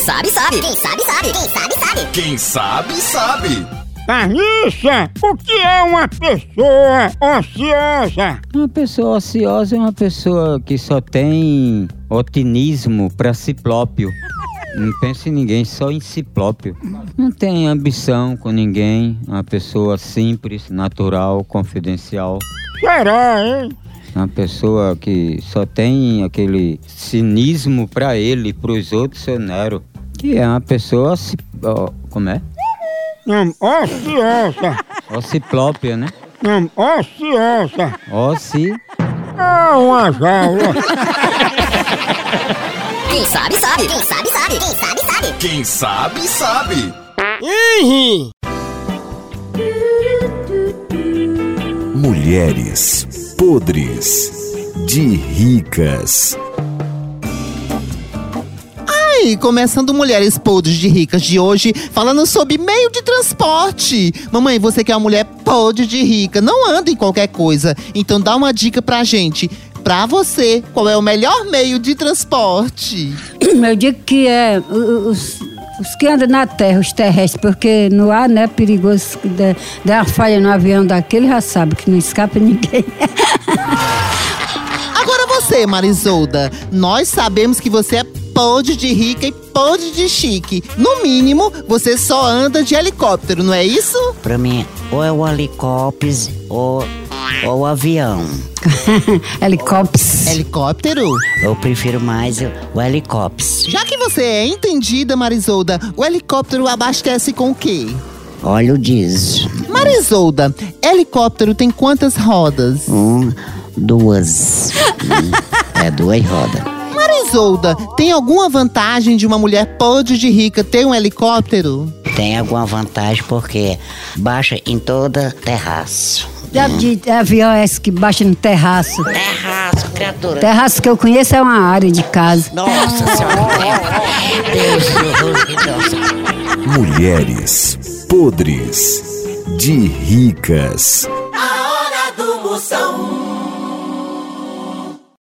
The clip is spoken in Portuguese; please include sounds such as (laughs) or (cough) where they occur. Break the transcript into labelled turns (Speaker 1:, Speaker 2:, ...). Speaker 1: sabe, sabe. Quem sabe, sabe. Quem sabe, sabe.
Speaker 2: Quem sabe, sabe.
Speaker 3: Carniça, o que é uma pessoa ociosa?
Speaker 4: Uma pessoa ociosa é uma pessoa que só tem otimismo para si próprio. Não pensa em ninguém, só em si próprio. Não tem ambição com ninguém. Uma pessoa simples, natural, confidencial.
Speaker 3: Será, hein?
Speaker 4: Uma pessoa que só tem aquele cinismo pra ele, pros outros, seu Nero. Que é uma pessoa. oci- ó, como é?
Speaker 3: Não, ociosa.
Speaker 4: Ociprópria, né?
Speaker 3: Não, ociosa.
Speaker 4: Oci.
Speaker 3: Ah, uma jaula.
Speaker 1: Quem sabe, sabe. Quem sabe, sabe. Quem sabe, sabe.
Speaker 2: Quem sabe, sabe.
Speaker 3: Ih!
Speaker 2: Mulheres podres de ricas.
Speaker 5: E começando Mulheres Podres de Ricas de hoje, falando sobre meio de transporte. Mamãe, você que é uma mulher podre de rica, não anda em qualquer coisa. Então dá uma dica pra gente. Pra você, qual é o melhor meio de transporte?
Speaker 6: (clears throat) Eu digo que é o- os, os que andam na terra, os terrestres, porque no ar né, é perigoso que der, der uma falha no avião daquele, já sabe que não escapa ninguém. (laughs)
Speaker 5: Agora você, Marisolda. Nós sabemos que você é podre de rica e podre de chique. No mínimo, você só anda de helicóptero, não é isso?
Speaker 7: Pra mim, ou é o helicóptero ou, ou o avião.
Speaker 6: Helicóptero.
Speaker 5: Helicóptero?
Speaker 7: Eu prefiro mais o, o helicóptero.
Speaker 5: Já que você é entendida, Marisolda, o helicóptero abastece com o quê?
Speaker 7: Olha o diesel.
Speaker 5: Marisolda, helicóptero tem quantas rodas?
Speaker 7: Um, duas. Hum, é duas rodas.
Speaker 5: Marisolda, tem alguma vantagem de uma mulher podre de rica ter um helicóptero?
Speaker 7: Tem alguma vantagem porque baixa em toda terraço.
Speaker 6: Já de avião é esse que baixa no terraço.
Speaker 7: Terraço, criatura.
Speaker 6: Terraço que eu conheço é uma área de casa.
Speaker 7: Nossa senhora. Deus, Deus, Deus.
Speaker 2: Mulheres podres de ricas.
Speaker 8: A hora do Moção.